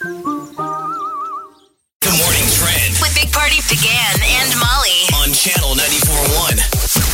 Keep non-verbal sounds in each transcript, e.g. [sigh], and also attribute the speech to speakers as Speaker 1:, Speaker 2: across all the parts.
Speaker 1: Good morning, Trend
Speaker 2: With Big Party began and Molly.
Speaker 1: on Channel 94.1.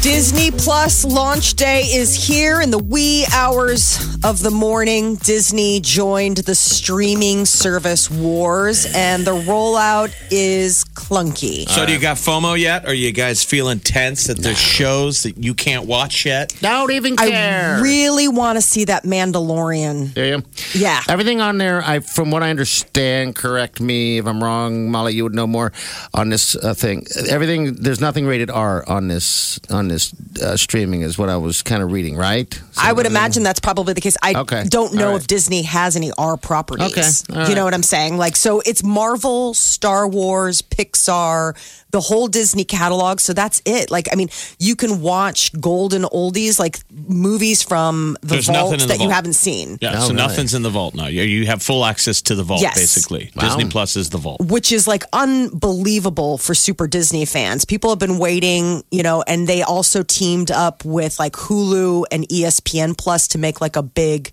Speaker 3: Disney Plus launch day is here in the wee hours of the morning. Disney joined the streaming service wars, and the rollout is clunky.
Speaker 4: So, do you got FOMO yet? Are you guys feeling tense that there's shows that you can't watch yet?
Speaker 5: Don't even care.
Speaker 3: I really want to see that Mandalorian.
Speaker 5: Yeah,
Speaker 3: Yeah.
Speaker 5: Everything on there, I from what I understand, correct me if I'm wrong, Molly. You would know more on this uh, thing. Everything there's nothing rated R on this on this uh, streaming is what I was kind of reading, right? So
Speaker 3: I would
Speaker 5: everything-
Speaker 3: imagine that's probably the case. I
Speaker 5: Okay.
Speaker 3: don't know
Speaker 5: All
Speaker 3: if
Speaker 5: right.
Speaker 3: Disney has any R properties.
Speaker 5: Okay. All
Speaker 3: You know
Speaker 5: right.
Speaker 3: what I'm saying? Like, so it's Marvel, Star Wars, Pixar, the whole Disney catalog. So that's it. Like, I mean, you can watch golden oldies, like movies from the
Speaker 4: There's
Speaker 3: vault
Speaker 4: nothing
Speaker 3: that
Speaker 4: in the
Speaker 3: you
Speaker 4: vault.
Speaker 3: haven't seen.
Speaker 4: Yeah,
Speaker 5: Oh,
Speaker 4: so
Speaker 5: really?
Speaker 4: nothing's in the vault now. You- You have full access to the vault,
Speaker 3: Yes.
Speaker 4: basically.
Speaker 5: Wow.
Speaker 4: Disney Plus is the vault.
Speaker 3: Which is like unbelievable for Super Disney fans. People have been waiting, you know, and they also teamed up with like Hulu and E ESPN Plus to make like a big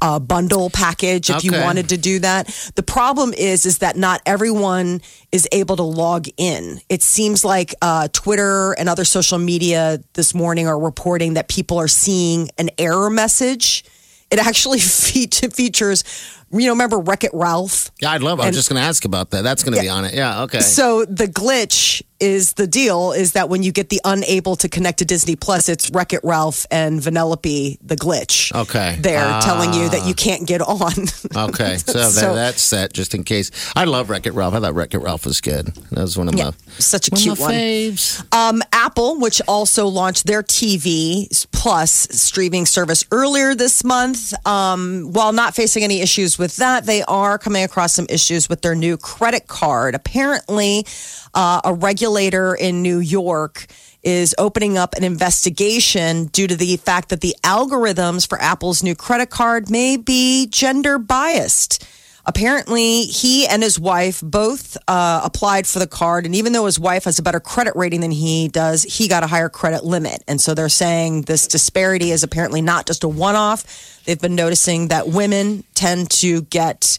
Speaker 3: uh, bundle package if you
Speaker 5: Okay.
Speaker 3: wanted to do that. The problem is, is that not everyone is able to log in. It seems like uh, Twitter and other social media this morning are reporting that people are seeing an error message. It actually [laughs] feat- features, you know, remember Wreck It Ralph?
Speaker 5: Yeah, I'd love. I
Speaker 3: And-
Speaker 5: was just going to ask about that. That's going to be on it. Yeah. Okay.
Speaker 3: So the glitch is the deal is that when you get the unable to connect to Disney Plus, it's Wreck It Ralph and Vanellope the glitch.
Speaker 5: Okay. Ah.
Speaker 3: They're telling you that you can't get on. [laughs]
Speaker 5: Okay, so,
Speaker 3: So-
Speaker 5: that, that's set just in case. I love Wreck It Ralph. I thought Wreck It Ralph was good. That was one of my
Speaker 3: Such a
Speaker 5: one
Speaker 3: cute
Speaker 5: of my
Speaker 3: one.
Speaker 5: faves.
Speaker 3: Um, Apple, which also launched their TV Plus streaming service earlier this month, um, while not facing any issues with that, they are coming across some issues with their new credit card. Apparently, uh, a regulator in New York is opening up an investigation due to the fact that the algorithms for Apple's new credit card may be gender biased. Apparently, he and his wife both uh, applied for the card, and even though his wife has a better credit rating than he does, he got a higher credit limit. And so they're saying this disparity is apparently not just a one off. They've been noticing that women tend to get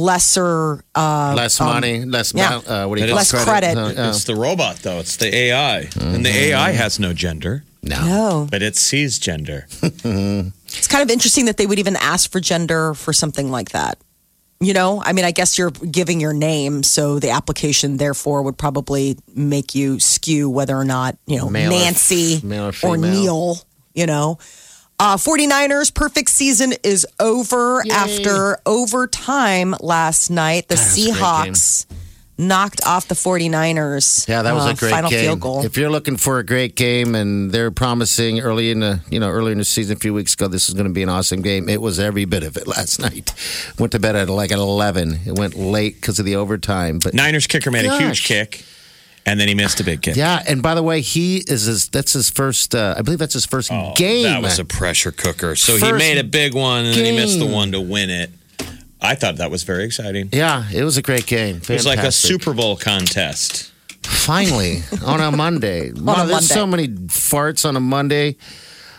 Speaker 3: lesser uh,
Speaker 5: Less money, less
Speaker 3: yeah.
Speaker 5: ba- uh, what do you
Speaker 4: That
Speaker 5: call
Speaker 4: is
Speaker 5: it?
Speaker 3: Less credit.
Speaker 5: Uh, yeah.
Speaker 4: It's the robot, though. It's the AI. And the AI has no gender,
Speaker 5: no.
Speaker 3: No,
Speaker 4: but it sees gender.
Speaker 3: it's kind of interesting that they would even ask for gender for something like that. You know, I mean, I guess you're giving your name, so the application therefore would probably make you skew whether or not, you know,
Speaker 5: Male or f-
Speaker 3: Nancy
Speaker 5: male or
Speaker 3: or
Speaker 5: female.
Speaker 3: Neil, you know. Uh, 49ers perfect season is over after overtime last night. The
Speaker 5: was a great
Speaker 3: Seahawks knocked off the 49ers.
Speaker 5: Yeah, that was
Speaker 3: uh,
Speaker 5: a great
Speaker 3: final
Speaker 5: game.
Speaker 3: field goal.
Speaker 5: If you're looking for a great game, and they're promising early in the you know early in the season, a few weeks ago, this is going to be an awesome game. It was every bit of it [laughs] last night. Went to bed at like at eleven. It went late because of the overtime, but
Speaker 4: Niners kicker made a huge
Speaker 5: Gosh.
Speaker 4: kick, and then he missed a big kick.
Speaker 5: yeah. And by the way, he is his, that's his first. Uh, I believe that's his first
Speaker 4: Oh,
Speaker 5: game.
Speaker 4: That was a pressure cooker. So he
Speaker 5: First
Speaker 4: made a big one, and then he missed the
Speaker 5: game.
Speaker 4: one to win it. I thought that was very exciting.
Speaker 5: yeah, it was a great game.
Speaker 4: It was like a
Speaker 5: Fantastic.
Speaker 4: Super Bowl contest.
Speaker 5: Finally, on
Speaker 3: [laughs]
Speaker 5: a Monday. Wow, there's
Speaker 3: Monday.
Speaker 5: so many farts on a Monday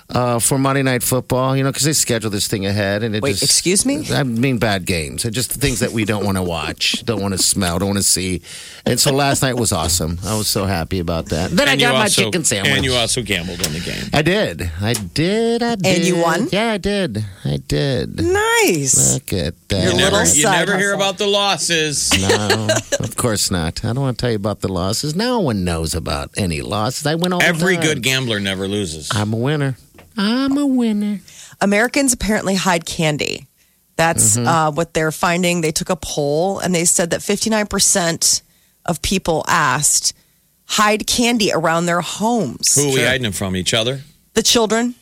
Speaker 5: uh, for Monday Night Football, you know, because they schedule this thing ahead. and it
Speaker 3: Wait,
Speaker 5: just,
Speaker 3: excuse me?
Speaker 5: I mean, bad games. They're Just things that we don't want to watch, [laughs] don't want to smell, don't want to see. And so last night was awesome. I was so happy about that. Then I
Speaker 4: And you
Speaker 5: got my
Speaker 4: also-
Speaker 5: chicken sandwich.
Speaker 4: And you also gambled on the game.
Speaker 5: I did. I did. I did.
Speaker 3: you won?
Speaker 5: Yeah, I did. I did.
Speaker 3: nice.
Speaker 5: Look at that.
Speaker 3: Your
Speaker 4: Never,
Speaker 3: little
Speaker 4: you
Speaker 3: side
Speaker 4: never hear
Speaker 3: hustle.
Speaker 4: about the losses.
Speaker 5: No, of course not. I don't want to tell you about the losses. No one knows about any losses. I went all
Speaker 4: Every
Speaker 5: the time.
Speaker 4: good gambler never loses.
Speaker 5: I'm a winner. I'm a winner.
Speaker 3: Americans apparently hide candy. That's
Speaker 5: Mm-hmm.
Speaker 3: uh, what they're finding. They took a poll and they said that 59% of people asked hide candy around their homes.
Speaker 4: Who are we hiding them from? Each other?
Speaker 3: The children,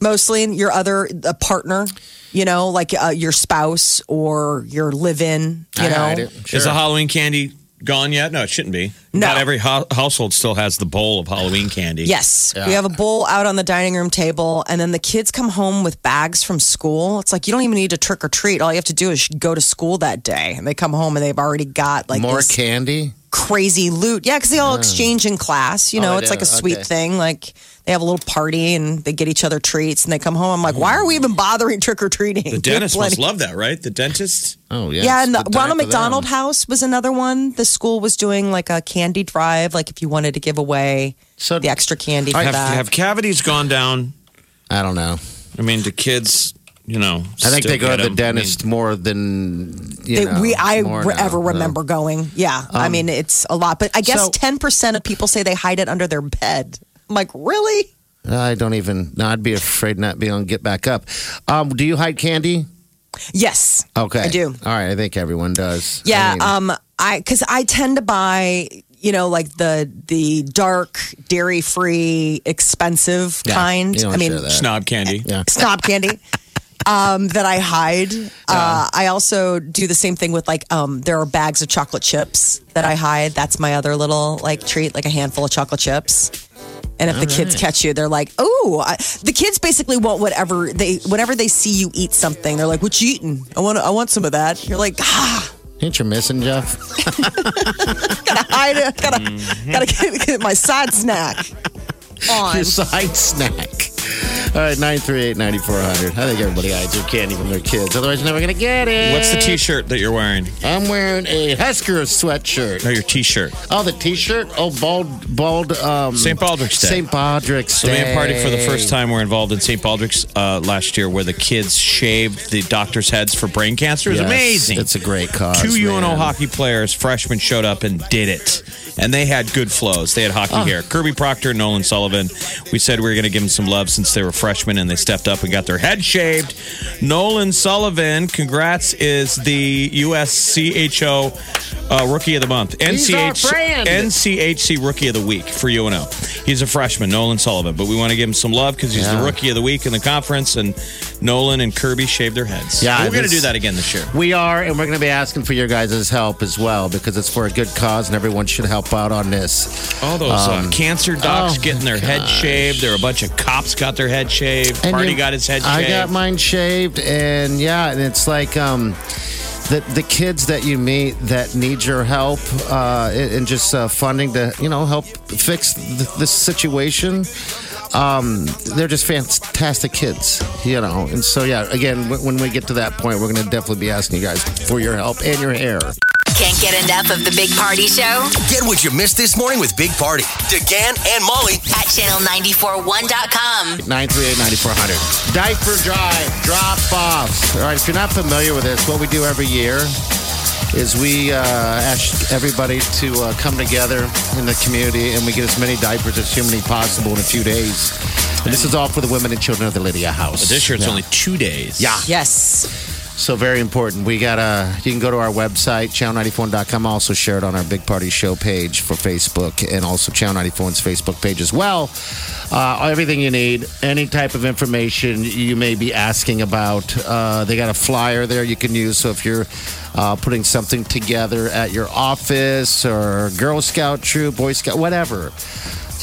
Speaker 3: mostly your other a partner, you know, like uh, your spouse or your live-in, you know.
Speaker 5: I, I didn't-
Speaker 4: Is the
Speaker 5: sure.
Speaker 4: Halloween candy gone yet? No, it shouldn't be.
Speaker 3: No.
Speaker 4: Not every ho- household still has the bowl of Halloween candy.
Speaker 3: Yes. We have a bowl out on the dining room table, and then the kids come home with bags from school. It's like you don't even need to trick or treat. All you have to do is go to school that day. And they come home and they've already got like
Speaker 5: more
Speaker 3: this
Speaker 5: candy.
Speaker 3: crazy loot. Yeah, because they all exchange in class. You know,
Speaker 5: Oh, they
Speaker 3: it's
Speaker 5: do?
Speaker 3: like a sweet
Speaker 5: Okay.
Speaker 3: thing. Like they have a little party and they get each other treats and they come home. I'm like, why are we even bothering trick or treating?
Speaker 4: The dentist must love that, right? The dentist?
Speaker 5: Oh yeah.
Speaker 3: Yeah,
Speaker 5: it's
Speaker 3: and the,
Speaker 5: the
Speaker 3: Ronald
Speaker 5: type of
Speaker 3: McDonald
Speaker 5: them.
Speaker 3: House was another one. The school was doing like a candy drive, like if you wanted to give away
Speaker 5: So-
Speaker 3: the extra candy for
Speaker 4: Have,
Speaker 3: that.
Speaker 4: have cavities gone down?
Speaker 5: I don't know.
Speaker 4: I mean, do kids, you know.
Speaker 5: I think
Speaker 4: still
Speaker 5: they go
Speaker 4: get
Speaker 5: to the
Speaker 4: them?
Speaker 5: dentist more than you
Speaker 3: They,
Speaker 5: know,
Speaker 3: we I
Speaker 5: more
Speaker 3: re-
Speaker 5: now,
Speaker 3: ever
Speaker 5: no.
Speaker 3: remember going. Yeah, I mean it's a lot, but I guess
Speaker 5: so-
Speaker 3: ten percent of people say they hide it under their bed. I'm like, really?
Speaker 5: I don't even. No, I'd be afraid not be able to get back up. Um, do you hide candy?
Speaker 3: Yes,
Speaker 5: Okay,
Speaker 3: I do.
Speaker 5: All right, I think everyone does.
Speaker 3: Yeah,
Speaker 5: I mean,
Speaker 3: um, I because I tend to buy you know like the the dark dairy free expensive
Speaker 5: yeah,
Speaker 3: kind.
Speaker 5: you don't
Speaker 3: I mean,
Speaker 5: share that.
Speaker 4: Snob candy.
Speaker 5: Yeah.
Speaker 3: [laughs] snob candy um, that I hide. Uh, I also do the same thing with like um, there are bags of chocolate chips that I hide. That's my other little like treat, like a handful of chocolate chips. And if the kids catch you, they're like, "Oh!" I- The kids basically want whatever they, whenever they see you eat something, they're like, "What you eating? I want, I want some of that." You're like, "Ah,
Speaker 5: Ain't you missing, Jeff? [laughs]
Speaker 3: I gotta, gotta get, get my side snack on."
Speaker 5: Your side snack. All right, 938-9400. I think everybody hides their candy from their kids. Otherwise, you're never going to get it.
Speaker 4: What's the t shirt that you're wearing?
Speaker 5: I'm wearing a Husker sweatshirt.
Speaker 4: No, your t shirt.
Speaker 5: Oh, the T-shirt. Oh, bald, bald. Um,
Speaker 4: St. Baldrick's Day.
Speaker 5: St. Baldrick's
Speaker 4: The man
Speaker 5: Day.
Speaker 4: party for the first time were involved in St. Baldrick's uh, last year, where the kids shaved the doctor's heads for brain cancer. It was
Speaker 5: Yes,
Speaker 4: amazing.
Speaker 5: It's a great cause.
Speaker 4: Two
Speaker 5: man.
Speaker 4: UNO hockey players, freshmen, showed up and did it. And they had good flows. They had hockey
Speaker 5: Oh.
Speaker 4: hair. Kirby Proctor, Nolan Sullivan. We said we were going to give them some love since they were freshmen, and they stepped up and got their head shaved. Nolan Sullivan, congrats, is the USCHO uh, Rookie of the Month.
Speaker 5: He's our friend.
Speaker 4: NCHC Rookie of the Week for UNO. He's a freshman, Nolan Sullivan, but we want to give him some love because he's
Speaker 5: Yeah.
Speaker 4: the Rookie of the Week in the conference, and Nolan and Kirby shaved their heads.
Speaker 5: Yeah,
Speaker 4: we're going to
Speaker 5: this-
Speaker 4: do that again this year.
Speaker 5: We are, and we're going to be asking for your guys' help as well because it's for a good cause, and everyone should help out on this.
Speaker 4: All those uh, cancer docs
Speaker 5: Um, oh
Speaker 4: getting their head shaved. There were a bunch of cops got their head shaved.
Speaker 5: And
Speaker 4: Party
Speaker 5: you-
Speaker 4: got his head
Speaker 5: I
Speaker 4: shaved.
Speaker 5: got mine shaved, and yeah, and it's like um, the the kids that you meet that need your help uh, and and just uh, funding to you know help fix th- this situation. Um, they're just fantastic kids, you know. And so yeah, again, w- when we get to that point, we're going to definitely be asking you guys for your help and your hair.
Speaker 2: Can't get enough of the Big Party Show
Speaker 1: Get what you missed this morning with Big Party. DeGan and Molly.
Speaker 2: at channel941.com.
Speaker 5: 938-9400. Diaper drive, drop-offs. All right, if you're not familiar with this, what we do every year is we uh, ask everybody to uh, come together in the community and we get as many diapers as humanly possible in a few days. And this is all for the women and children of the Lydia House.
Speaker 4: This year it's
Speaker 5: Yeah.
Speaker 4: only two days.
Speaker 5: Yeah.
Speaker 3: yes,
Speaker 5: So very important. We got a. You can go to our website channel94.com. Also share it on our Big Party Show page for Facebook, and also Channel 94's Facebook page as well. Uh, everything you need, any type of information you may be asking about. Uh, they got a flyer there you can use. So if you're uh, putting something together at your office or Girl Scout troop, Boy Scout, whatever.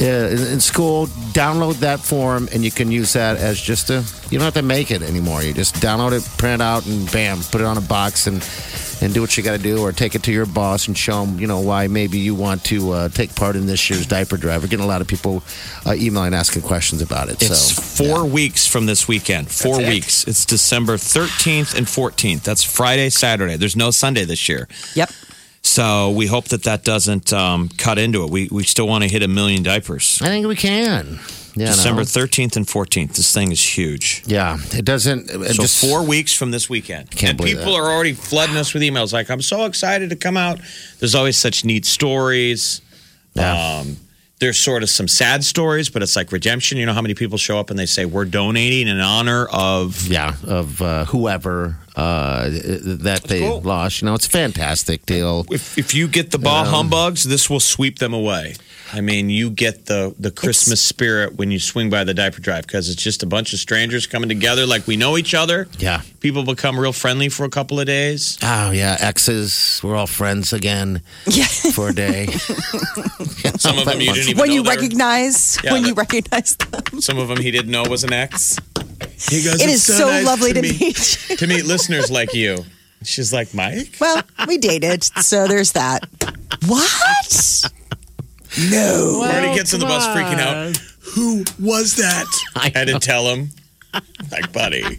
Speaker 5: uh, In in school, download that form and you can use that as just a. You don't have to make it anymore. You just download it, print it out, and bam, put it on a box and and do what you got to do, or take it to your boss and show them, you know, why maybe you want to uh, take part in this year's diaper drive. We're getting a lot of people uh, emailing asking questions about it.
Speaker 4: It's
Speaker 5: so
Speaker 4: four weeks from this weekend. Four
Speaker 5: That's it.
Speaker 4: weeks. It's December 13th and 14th. That's Friday, Saturday. There's no Sunday this year.
Speaker 3: yep.
Speaker 4: So we hope that that doesn't um, cut into it. We, we still want to hit a million diapers.
Speaker 5: I think we can. Yeah, no.
Speaker 4: December 13th and 14th. This thing is huge.
Speaker 5: Yeah, it doesn't. it
Speaker 4: So
Speaker 5: just-
Speaker 4: four weeks from this weekend,
Speaker 5: Can't
Speaker 4: and
Speaker 5: believe
Speaker 4: people
Speaker 5: that.
Speaker 4: are already flooding us with emails. Like, I'm so excited to come out. There's always such neat stories.
Speaker 5: Yeah.
Speaker 4: Um, there's sort of some sad stories, but it's like redemption. You know how many people show up and they say we're donating in honor of
Speaker 5: yeah, of uh, whoever. uh, that they
Speaker 4: cool.
Speaker 5: lost. You know, it's a fantastic deal.
Speaker 4: If, if you get the bah humbugs, this will sweep them away. I mean, you get the, the Christmas spirit when you swing by the diaper drive because it's just a bunch of strangers coming together like we know each other.
Speaker 5: Yeah.
Speaker 4: People become real friendly for a couple of days.
Speaker 5: Oh yeah, exes. We're all friends again
Speaker 3: Yeah.
Speaker 5: for a day. [laughs]
Speaker 4: Some of them you didn't
Speaker 3: [laughs]
Speaker 4: even
Speaker 3: When
Speaker 4: know
Speaker 3: you
Speaker 4: they're-
Speaker 3: recognize,
Speaker 4: Yeah,
Speaker 3: when you
Speaker 4: but-
Speaker 3: recognize them,
Speaker 4: Some of them he didn't know was an ex. He goes,
Speaker 3: it
Speaker 4: "It's
Speaker 3: is so
Speaker 4: nice
Speaker 3: lovely to
Speaker 4: meet-
Speaker 3: meet you. [laughs]
Speaker 4: to meet listeners like you. She's like, Mike?
Speaker 3: Well, we dated, so there's that. What? No.
Speaker 4: Or he gets on the bus freaking out. Who
Speaker 3: [laughs]
Speaker 4: was that? I,
Speaker 5: I
Speaker 4: had to tell him. Like, buddy.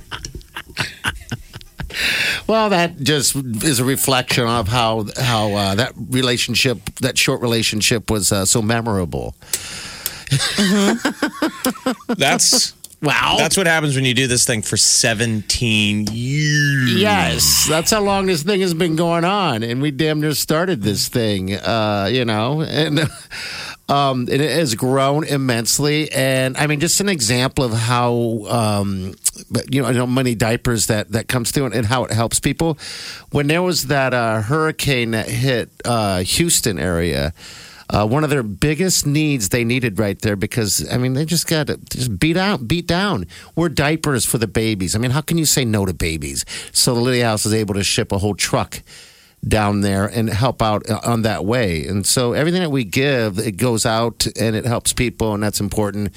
Speaker 5: Well, that just is a reflection of how how uh, that relationship, that short relationship, was uh, so memorable.
Speaker 4: That's
Speaker 5: Wow.
Speaker 4: that's what happens when you do this thing for 17 years.
Speaker 5: Mm. Yes, that's how long this thing has been going on, and we damn near started this thing, uh, you know, and [laughs] um, and it has grown immensely. And I mean, just an example of how um, but, you know, I know many diapers that that comes through, and, and how it helps people. When there was that uh, hurricane that hit uh, Houston area. Uh, one of their biggest needs they needed right there because I mean they just got just beat out, beat down. We're diapers for the babies. I mean, how can you say no to babies? So the Liddy House is able to ship a whole truck down there and help out uh, on that way. And so everything that we give, it goes out and it helps people, and that's important.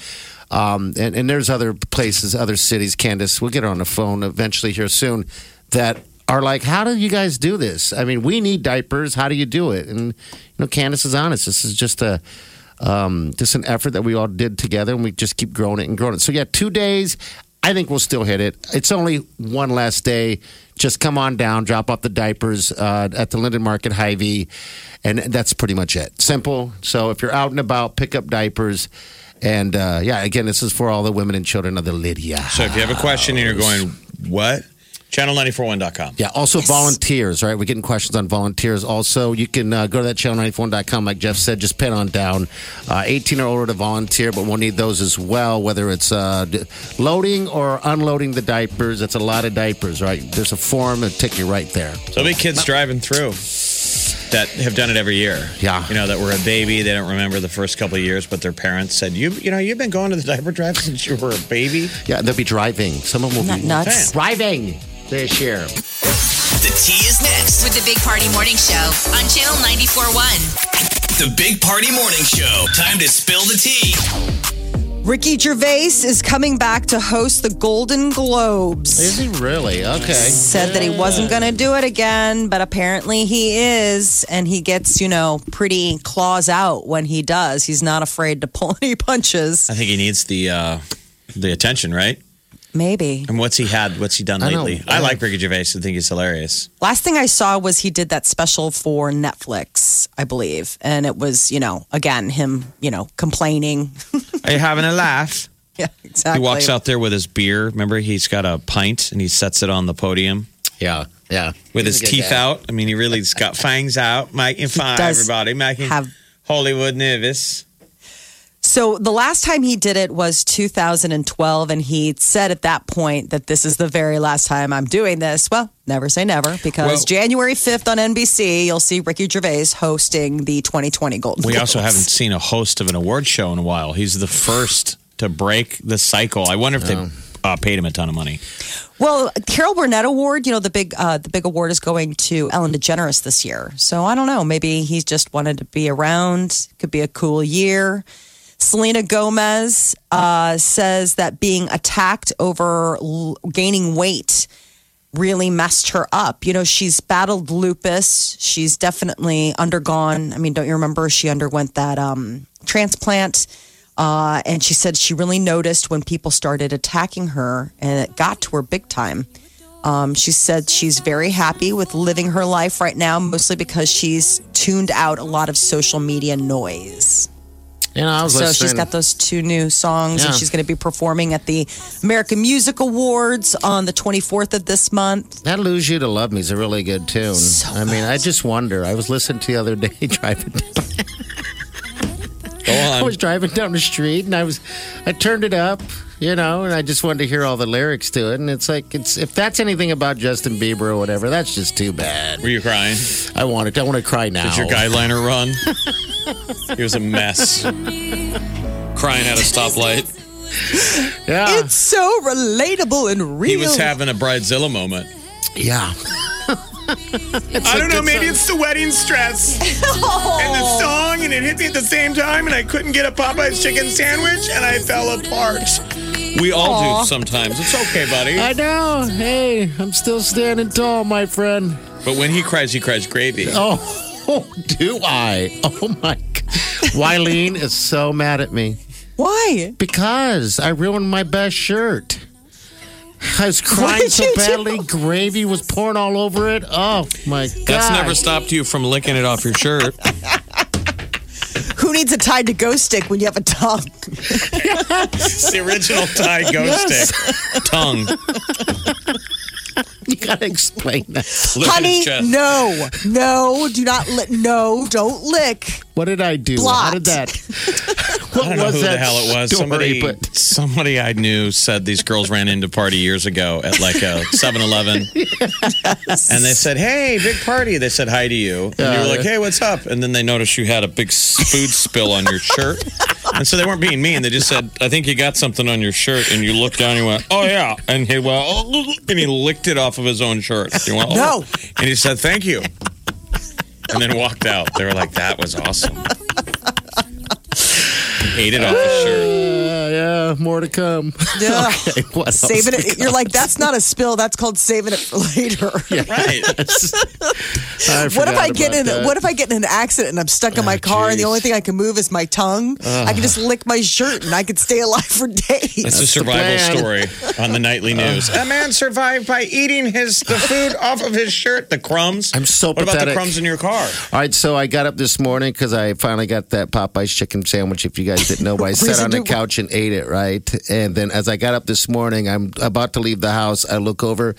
Speaker 5: Um, and, and there's other places, other cities. Candace, we'll get her on the phone eventually here soon. That are like, how do you guys do this? I mean, we need diapers. How do you do it? And you know, Candace is honest. This is just a um, just an effort that we all did together, and we just keep growing it and growing it. So yeah, two days. I think we'll still hit it. It's only one last day. Just come on down, drop off the diapers uh, at the Linden Market Hy-Vee, and that's pretty much it. Simple. So if you're out and about, pick up diapers. And uh, yeah, again, this is for all the women and children of the Lydia.
Speaker 4: So if you have a question and you're going, what? Channel941.com.
Speaker 5: Yeah, also volunteers, right? We're getting questions on volunteers. Also, you can uh, go to that channel94.com. Like Jeff said, just pin on down. Uh, 18 or older to volunteer, but we'll need those as well, whether it's uh, d- loading or unloading the diapers. That's a lot of diapers, right? There's a form that take you right there.
Speaker 4: So many kids driving through that have done it every year.
Speaker 5: Yeah.
Speaker 4: You know, that were a baby. They don't remember the first couple of years, but their parents said, you, you know, you've been going to the diaper drive [laughs] since you were a baby.
Speaker 5: Yeah, they'll be driving. Some of them will
Speaker 3: Not
Speaker 5: be
Speaker 3: nuts.
Speaker 5: driving this year.
Speaker 1: The tea is next.
Speaker 2: With the Big Party Morning Show on Channel 94.1.
Speaker 1: The Big Party Morning Show. Time to spill the tea.
Speaker 3: Ricky Gervais is coming back to host the Golden Globes.
Speaker 5: Is he really? Okay.
Speaker 3: said that he wasn't going to do it again, but apparently he is. And he gets, you know, pretty claws out when he does. He's not afraid to pull [laughs] any punches.
Speaker 4: I think he needs the uh, the attention, right?
Speaker 3: Maybe.
Speaker 4: And what's he had? What's he done
Speaker 5: I know.
Speaker 4: lately? I, like Ricky Gervais. I think he's hilarious.
Speaker 3: Last thing I saw was he did that special for Netflix, I believe. And it was, you know, again, him, you know, complaining. [laughs]
Speaker 4: Are you having a laugh?
Speaker 3: yeah,
Speaker 4: He
Speaker 3: exactly.
Speaker 4: walks out there with his beer. Remember, he's got a pint and he sets it on the podium
Speaker 5: Yeah, yeah.
Speaker 4: with his
Speaker 5: He's a good
Speaker 4: teeth
Speaker 5: guy.
Speaker 4: out. I mean, he really's got fangs out, making fun of
Speaker 3: does
Speaker 4: everybody, making
Speaker 3: have-
Speaker 4: Hollywood nervous.
Speaker 3: So the last time he did it was 2012. And he said at that point that this is the very last time I'm doing this. Well, never say never because
Speaker 4: Well-
Speaker 3: January 5th on NBC, you'll see Ricky Gervais hosting the 2020 Golden
Speaker 4: We also haven't
Speaker 3: Globes.
Speaker 4: seen a host of an award show in a while. He's the first to break the cycle. I wonder if they uh, paid him a ton of money.
Speaker 3: Well, Carol Burnett Award, you know, the big uh, the big award is going to Ellen DeGeneres this year. So I don't know. Maybe he just wanted to be around. Could be a cool year. Selena Gomez uh, says that being attacked over l- gaining weight really messed her up. You know, she's battled lupus. She's definitely undergone. I mean, don't you remember she underwent that um, transplant? Uh, and she said she really noticed when people started attacking her, and it got to her big time. Um, she said she's very happy with living her life right now, mostly because she's tuned out a lot of social media noise.
Speaker 5: You know, I was
Speaker 3: So she's
Speaker 5: listening.
Speaker 3: got those two new songs, and
Speaker 5: Yeah.
Speaker 3: she's going to be performing at the American Music Awards on the 24th of this month.
Speaker 5: That Lose You to Love Me is a really good tune. I mean, I just wonder. I was listening to the other [laughs] day driving down.
Speaker 4: Go
Speaker 5: I
Speaker 4: on.
Speaker 5: was driving down the street and I was I turned it up, you know, and I just wanted to hear all the lyrics to it. And it's like, it's if that's anything about Justin Bieber or whatever, that's just too bad.
Speaker 4: Were you crying?
Speaker 5: I want it. I want to cry now.
Speaker 4: Did your guideliner run? it was a mess. crying at a stoplight.
Speaker 5: Yeah,
Speaker 3: It's so relatable and real.
Speaker 4: He was having a bridezilla moment.
Speaker 5: yeah.
Speaker 4: I don't know. Maybe it's the wedding stress and the song, and it hit me at the same time, and I couldn't get a Popeye's chicken sandwich, and I fell apart. We all do sometimes. It's okay, buddy.
Speaker 5: I know. Hey, I'm still standing tall, my friend.
Speaker 4: but when he cries, he cries gravy.
Speaker 5: Oh, [laughs] do I? Oh my. God. Wileen is so mad at me
Speaker 3: Why?
Speaker 5: because I ruined my best shirt. I was crying
Speaker 3: did
Speaker 5: so
Speaker 3: you do?
Speaker 5: badly, gravy was pouring all over it. Oh my god!
Speaker 4: That's never stopped you from licking it off your shirt.
Speaker 3: Who needs a tied to go stick when you have a tongue?
Speaker 4: it's the original Thai ghost stick. Tongue.
Speaker 5: You gotta explain that.
Speaker 4: Lick in
Speaker 3: Honey,
Speaker 4: his chest.
Speaker 3: no, no, do not lick. No, don't lick.
Speaker 5: What did I do? How did that?
Speaker 3: [laughs]
Speaker 5: What
Speaker 4: I don't know
Speaker 5: was
Speaker 4: who
Speaker 5: that
Speaker 4: the hell it was.
Speaker 5: story,
Speaker 4: somebody,
Speaker 5: but-
Speaker 4: somebody I knew said these girls ran into party years ago at like a
Speaker 5: [laughs]
Speaker 4: 7-Eleven, and they said, "Hey, big party." They said hi to you, and you were like, "Hey, what's up?" And then they noticed you had a big s- food spill on your shirt, and so they weren't being mean. They just said, "I think you got something on your shirt," and you looked down and you went, "Oh yeah," and he went, "Oh," and he licked it off of his own shirt. You went, "Oh."
Speaker 3: No.
Speaker 4: and he said, "Thank you." And then walked out. They were like, "That was awesome." Ate it off his shirt.
Speaker 5: Uh, yeah, more to come. [laughs]
Speaker 3: Yeah.
Speaker 5: Okay, what else?
Speaker 3: Saving it. You're like, that's not a spill. That's called saving it for
Speaker 5: [laughs]
Speaker 3: later.
Speaker 4: Right.
Speaker 5: I
Speaker 3: What if
Speaker 5: forgot
Speaker 3: I get
Speaker 5: about
Speaker 3: in?
Speaker 5: that. Ah,
Speaker 3: What if I get in an accident and I'm stuck in my car and the
Speaker 5: geez.
Speaker 3: only thing I can move is my tongue? I can just lick my shirt and I could stay alive for
Speaker 4: It's
Speaker 3: days.
Speaker 4: a survival
Speaker 5: plan. Uh.
Speaker 4: story on the nightly news. a man survived by eating his the food off of his shirt, the crumbs.
Speaker 5: I'm so
Speaker 4: What about the
Speaker 5: pathetic.
Speaker 4: crumbs in your car?
Speaker 5: All right, so I got up this morning because I finally got that Popeye's chicken sandwich. If you guys didn't know, but I sat
Speaker 3: Reason
Speaker 5: on the
Speaker 3: to-
Speaker 5: couch and ate it, right? And then as I got up this morning, I'm about to leave the house. I look over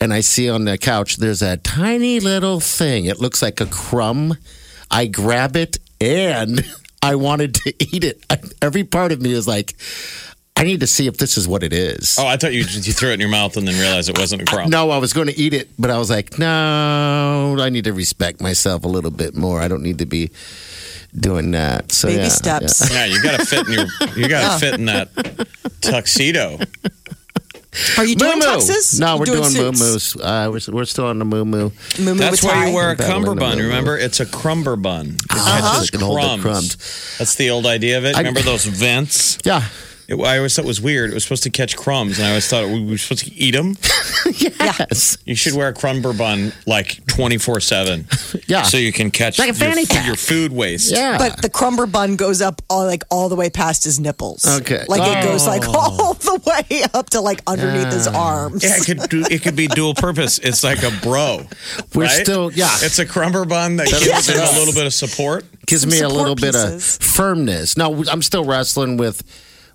Speaker 5: and I see on the couch there's a tiny little thing. It looks like a crumb. I grab it and [laughs] I wanted to eat it. I, every part of me is like, I need to see if this is what it is.
Speaker 4: Oh, I thought you you threw it in your mouth and then realized it wasn't a crumb.
Speaker 5: No, I was going to eat it, but I was like, no, I need to respect myself a little bit more. I don't need to be doing that. So
Speaker 3: Baby
Speaker 5: yeah,
Speaker 3: steps.
Speaker 4: Yeah, you gotta fit in your you gotta fit in that tuxedo.
Speaker 3: Are you
Speaker 5: yeah.
Speaker 3: doing tuxes?
Speaker 5: No,
Speaker 3: You
Speaker 5: we're doing, moo
Speaker 3: suits?
Speaker 5: moos. Uh, we're, we're still on the moo moo.
Speaker 3: Moo moo
Speaker 4: That's
Speaker 3: with
Speaker 4: why you
Speaker 3: tie.
Speaker 4: wear a
Speaker 5: Battle in the
Speaker 4: cummerbund.
Speaker 5: middle.
Speaker 4: Remember, it's a crumber bun. It catches
Speaker 5: It can hold the crumbs.
Speaker 4: That's the old idea of it.
Speaker 5: I-
Speaker 4: Remember those vents?
Speaker 5: Yeah,
Speaker 4: It, I always thought it was weird. It was supposed to catch crumbs, and I always thought we were supposed to eat them.
Speaker 5: [laughs] yes,
Speaker 4: You should wear a crumber bun like 24 7.
Speaker 5: Yeah.
Speaker 4: So you can catch
Speaker 5: Like a fanny
Speaker 4: your,
Speaker 5: pack.
Speaker 4: your food waste.
Speaker 5: yeah.
Speaker 3: But the crumber bun goes up all like all the way past his nipples.
Speaker 5: Okay.
Speaker 3: like it goes like [laughs] all the way up to like underneath his arms.
Speaker 4: Oh. Yeah, it could do, it could be dual purpose. It's like a bro.
Speaker 5: we're
Speaker 4: right?
Speaker 5: still yeah.
Speaker 4: It's a crumber bun that gives
Speaker 5: Yes.
Speaker 4: them a little bit of support.
Speaker 5: gives me a
Speaker 3: support
Speaker 5: little bit
Speaker 3: pieces.
Speaker 5: of firmness. No, I'm still wrestling with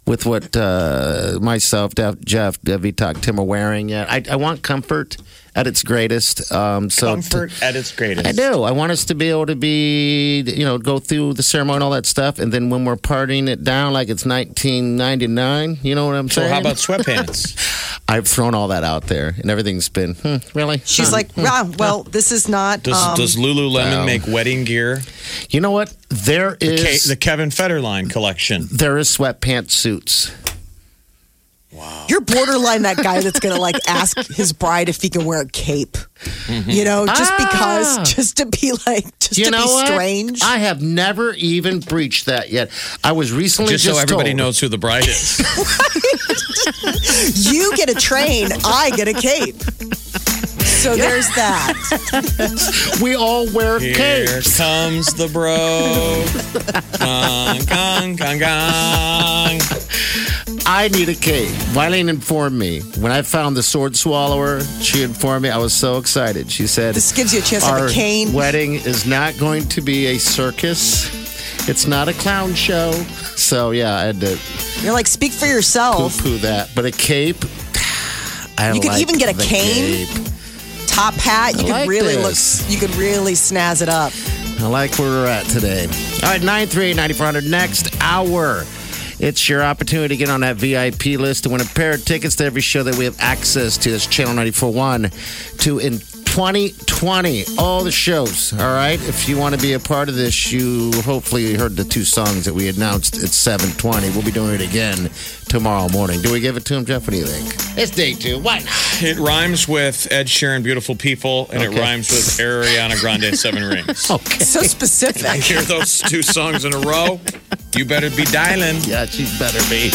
Speaker 5: with what uh, myself, Def, Jeff, Debbie, Talk, Tim are wearing. Yet I, I want comfort at its greatest. Um, so to-
Speaker 4: Comfort at its greatest.
Speaker 5: I do. I want us to be able to be, you know, go through the ceremony and all that stuff. And then when we're partying it down like it's 1999, you know what I'm
Speaker 4: So
Speaker 5: saying?
Speaker 4: how about
Speaker 5: [laughs]
Speaker 4: sweatpants?
Speaker 5: I've thrown all that out there and everything's been, hmm, really?
Speaker 3: She's
Speaker 5: Huh.
Speaker 3: like, ah, well, this is not.
Speaker 4: Does,
Speaker 3: um,
Speaker 4: does Lululemon make wedding gear?
Speaker 5: you know what? There is,
Speaker 4: Kate, the Kevin Federline collection.
Speaker 5: there is sweatpants suits.
Speaker 3: You're borderline that guy that's going to like ask his bride if he can wear a cape.
Speaker 4: Mm-hmm.
Speaker 3: You know, just because, just to be like, just
Speaker 5: Ah. You
Speaker 3: to
Speaker 5: know
Speaker 3: be
Speaker 5: what?
Speaker 3: strange.
Speaker 5: I have never even breached that yet. I was recently
Speaker 4: Just,
Speaker 5: just,
Speaker 4: so everybody
Speaker 5: told-
Speaker 4: knows who the bride is.
Speaker 3: [laughs] you get a train, I get a cape. So there's that.
Speaker 5: we all wear
Speaker 4: Here
Speaker 5: capes.
Speaker 4: comes the bro. gong, gong, gong, gong.
Speaker 5: I need a cape. Wileen informed me when I found the sword swallower. She informed me I was so excited. She said,
Speaker 3: This gives you a chance to have
Speaker 5: Our
Speaker 3: a cane.
Speaker 5: wedding is not going to be a circus. It's not a clown show. So yeah, I had to
Speaker 3: You're like, speak for
Speaker 5: poo
Speaker 3: yourself.
Speaker 5: poo that. But a cape, [sighs] I
Speaker 3: You could
Speaker 5: like
Speaker 3: even get a
Speaker 5: the
Speaker 3: cane.
Speaker 5: cape.
Speaker 3: Top hat. You could
Speaker 5: like
Speaker 3: really
Speaker 5: this.
Speaker 3: look. You could really snazz it
Speaker 5: [laughs]
Speaker 3: up.
Speaker 5: I like where we're at today. All right, 938-9400 next hour. It's your opportunity to get on that VIP list to win a pair of tickets to every show that we have access to. That's Channel 94.1 to in 2020. All the shows, all right? If you want to be a part of this, you hopefully heard the two songs that we announced at 720. We'll be doing it again tomorrow morning. Do we give it to him, Jeff? What do you think? It's day two. Why not?
Speaker 4: It rhymes with Ed Sheeran, Beautiful People, and it
Speaker 5: Okay.
Speaker 4: rhymes with Ariana Grande, Seven Rings.
Speaker 5: Okay.
Speaker 3: So
Speaker 4: I
Speaker 3: specific.
Speaker 4: hear those two songs in a row. You better be dialing.
Speaker 5: Yeah, she's better be.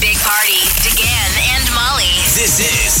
Speaker 2: Big Party, DeGan and Molly
Speaker 1: This is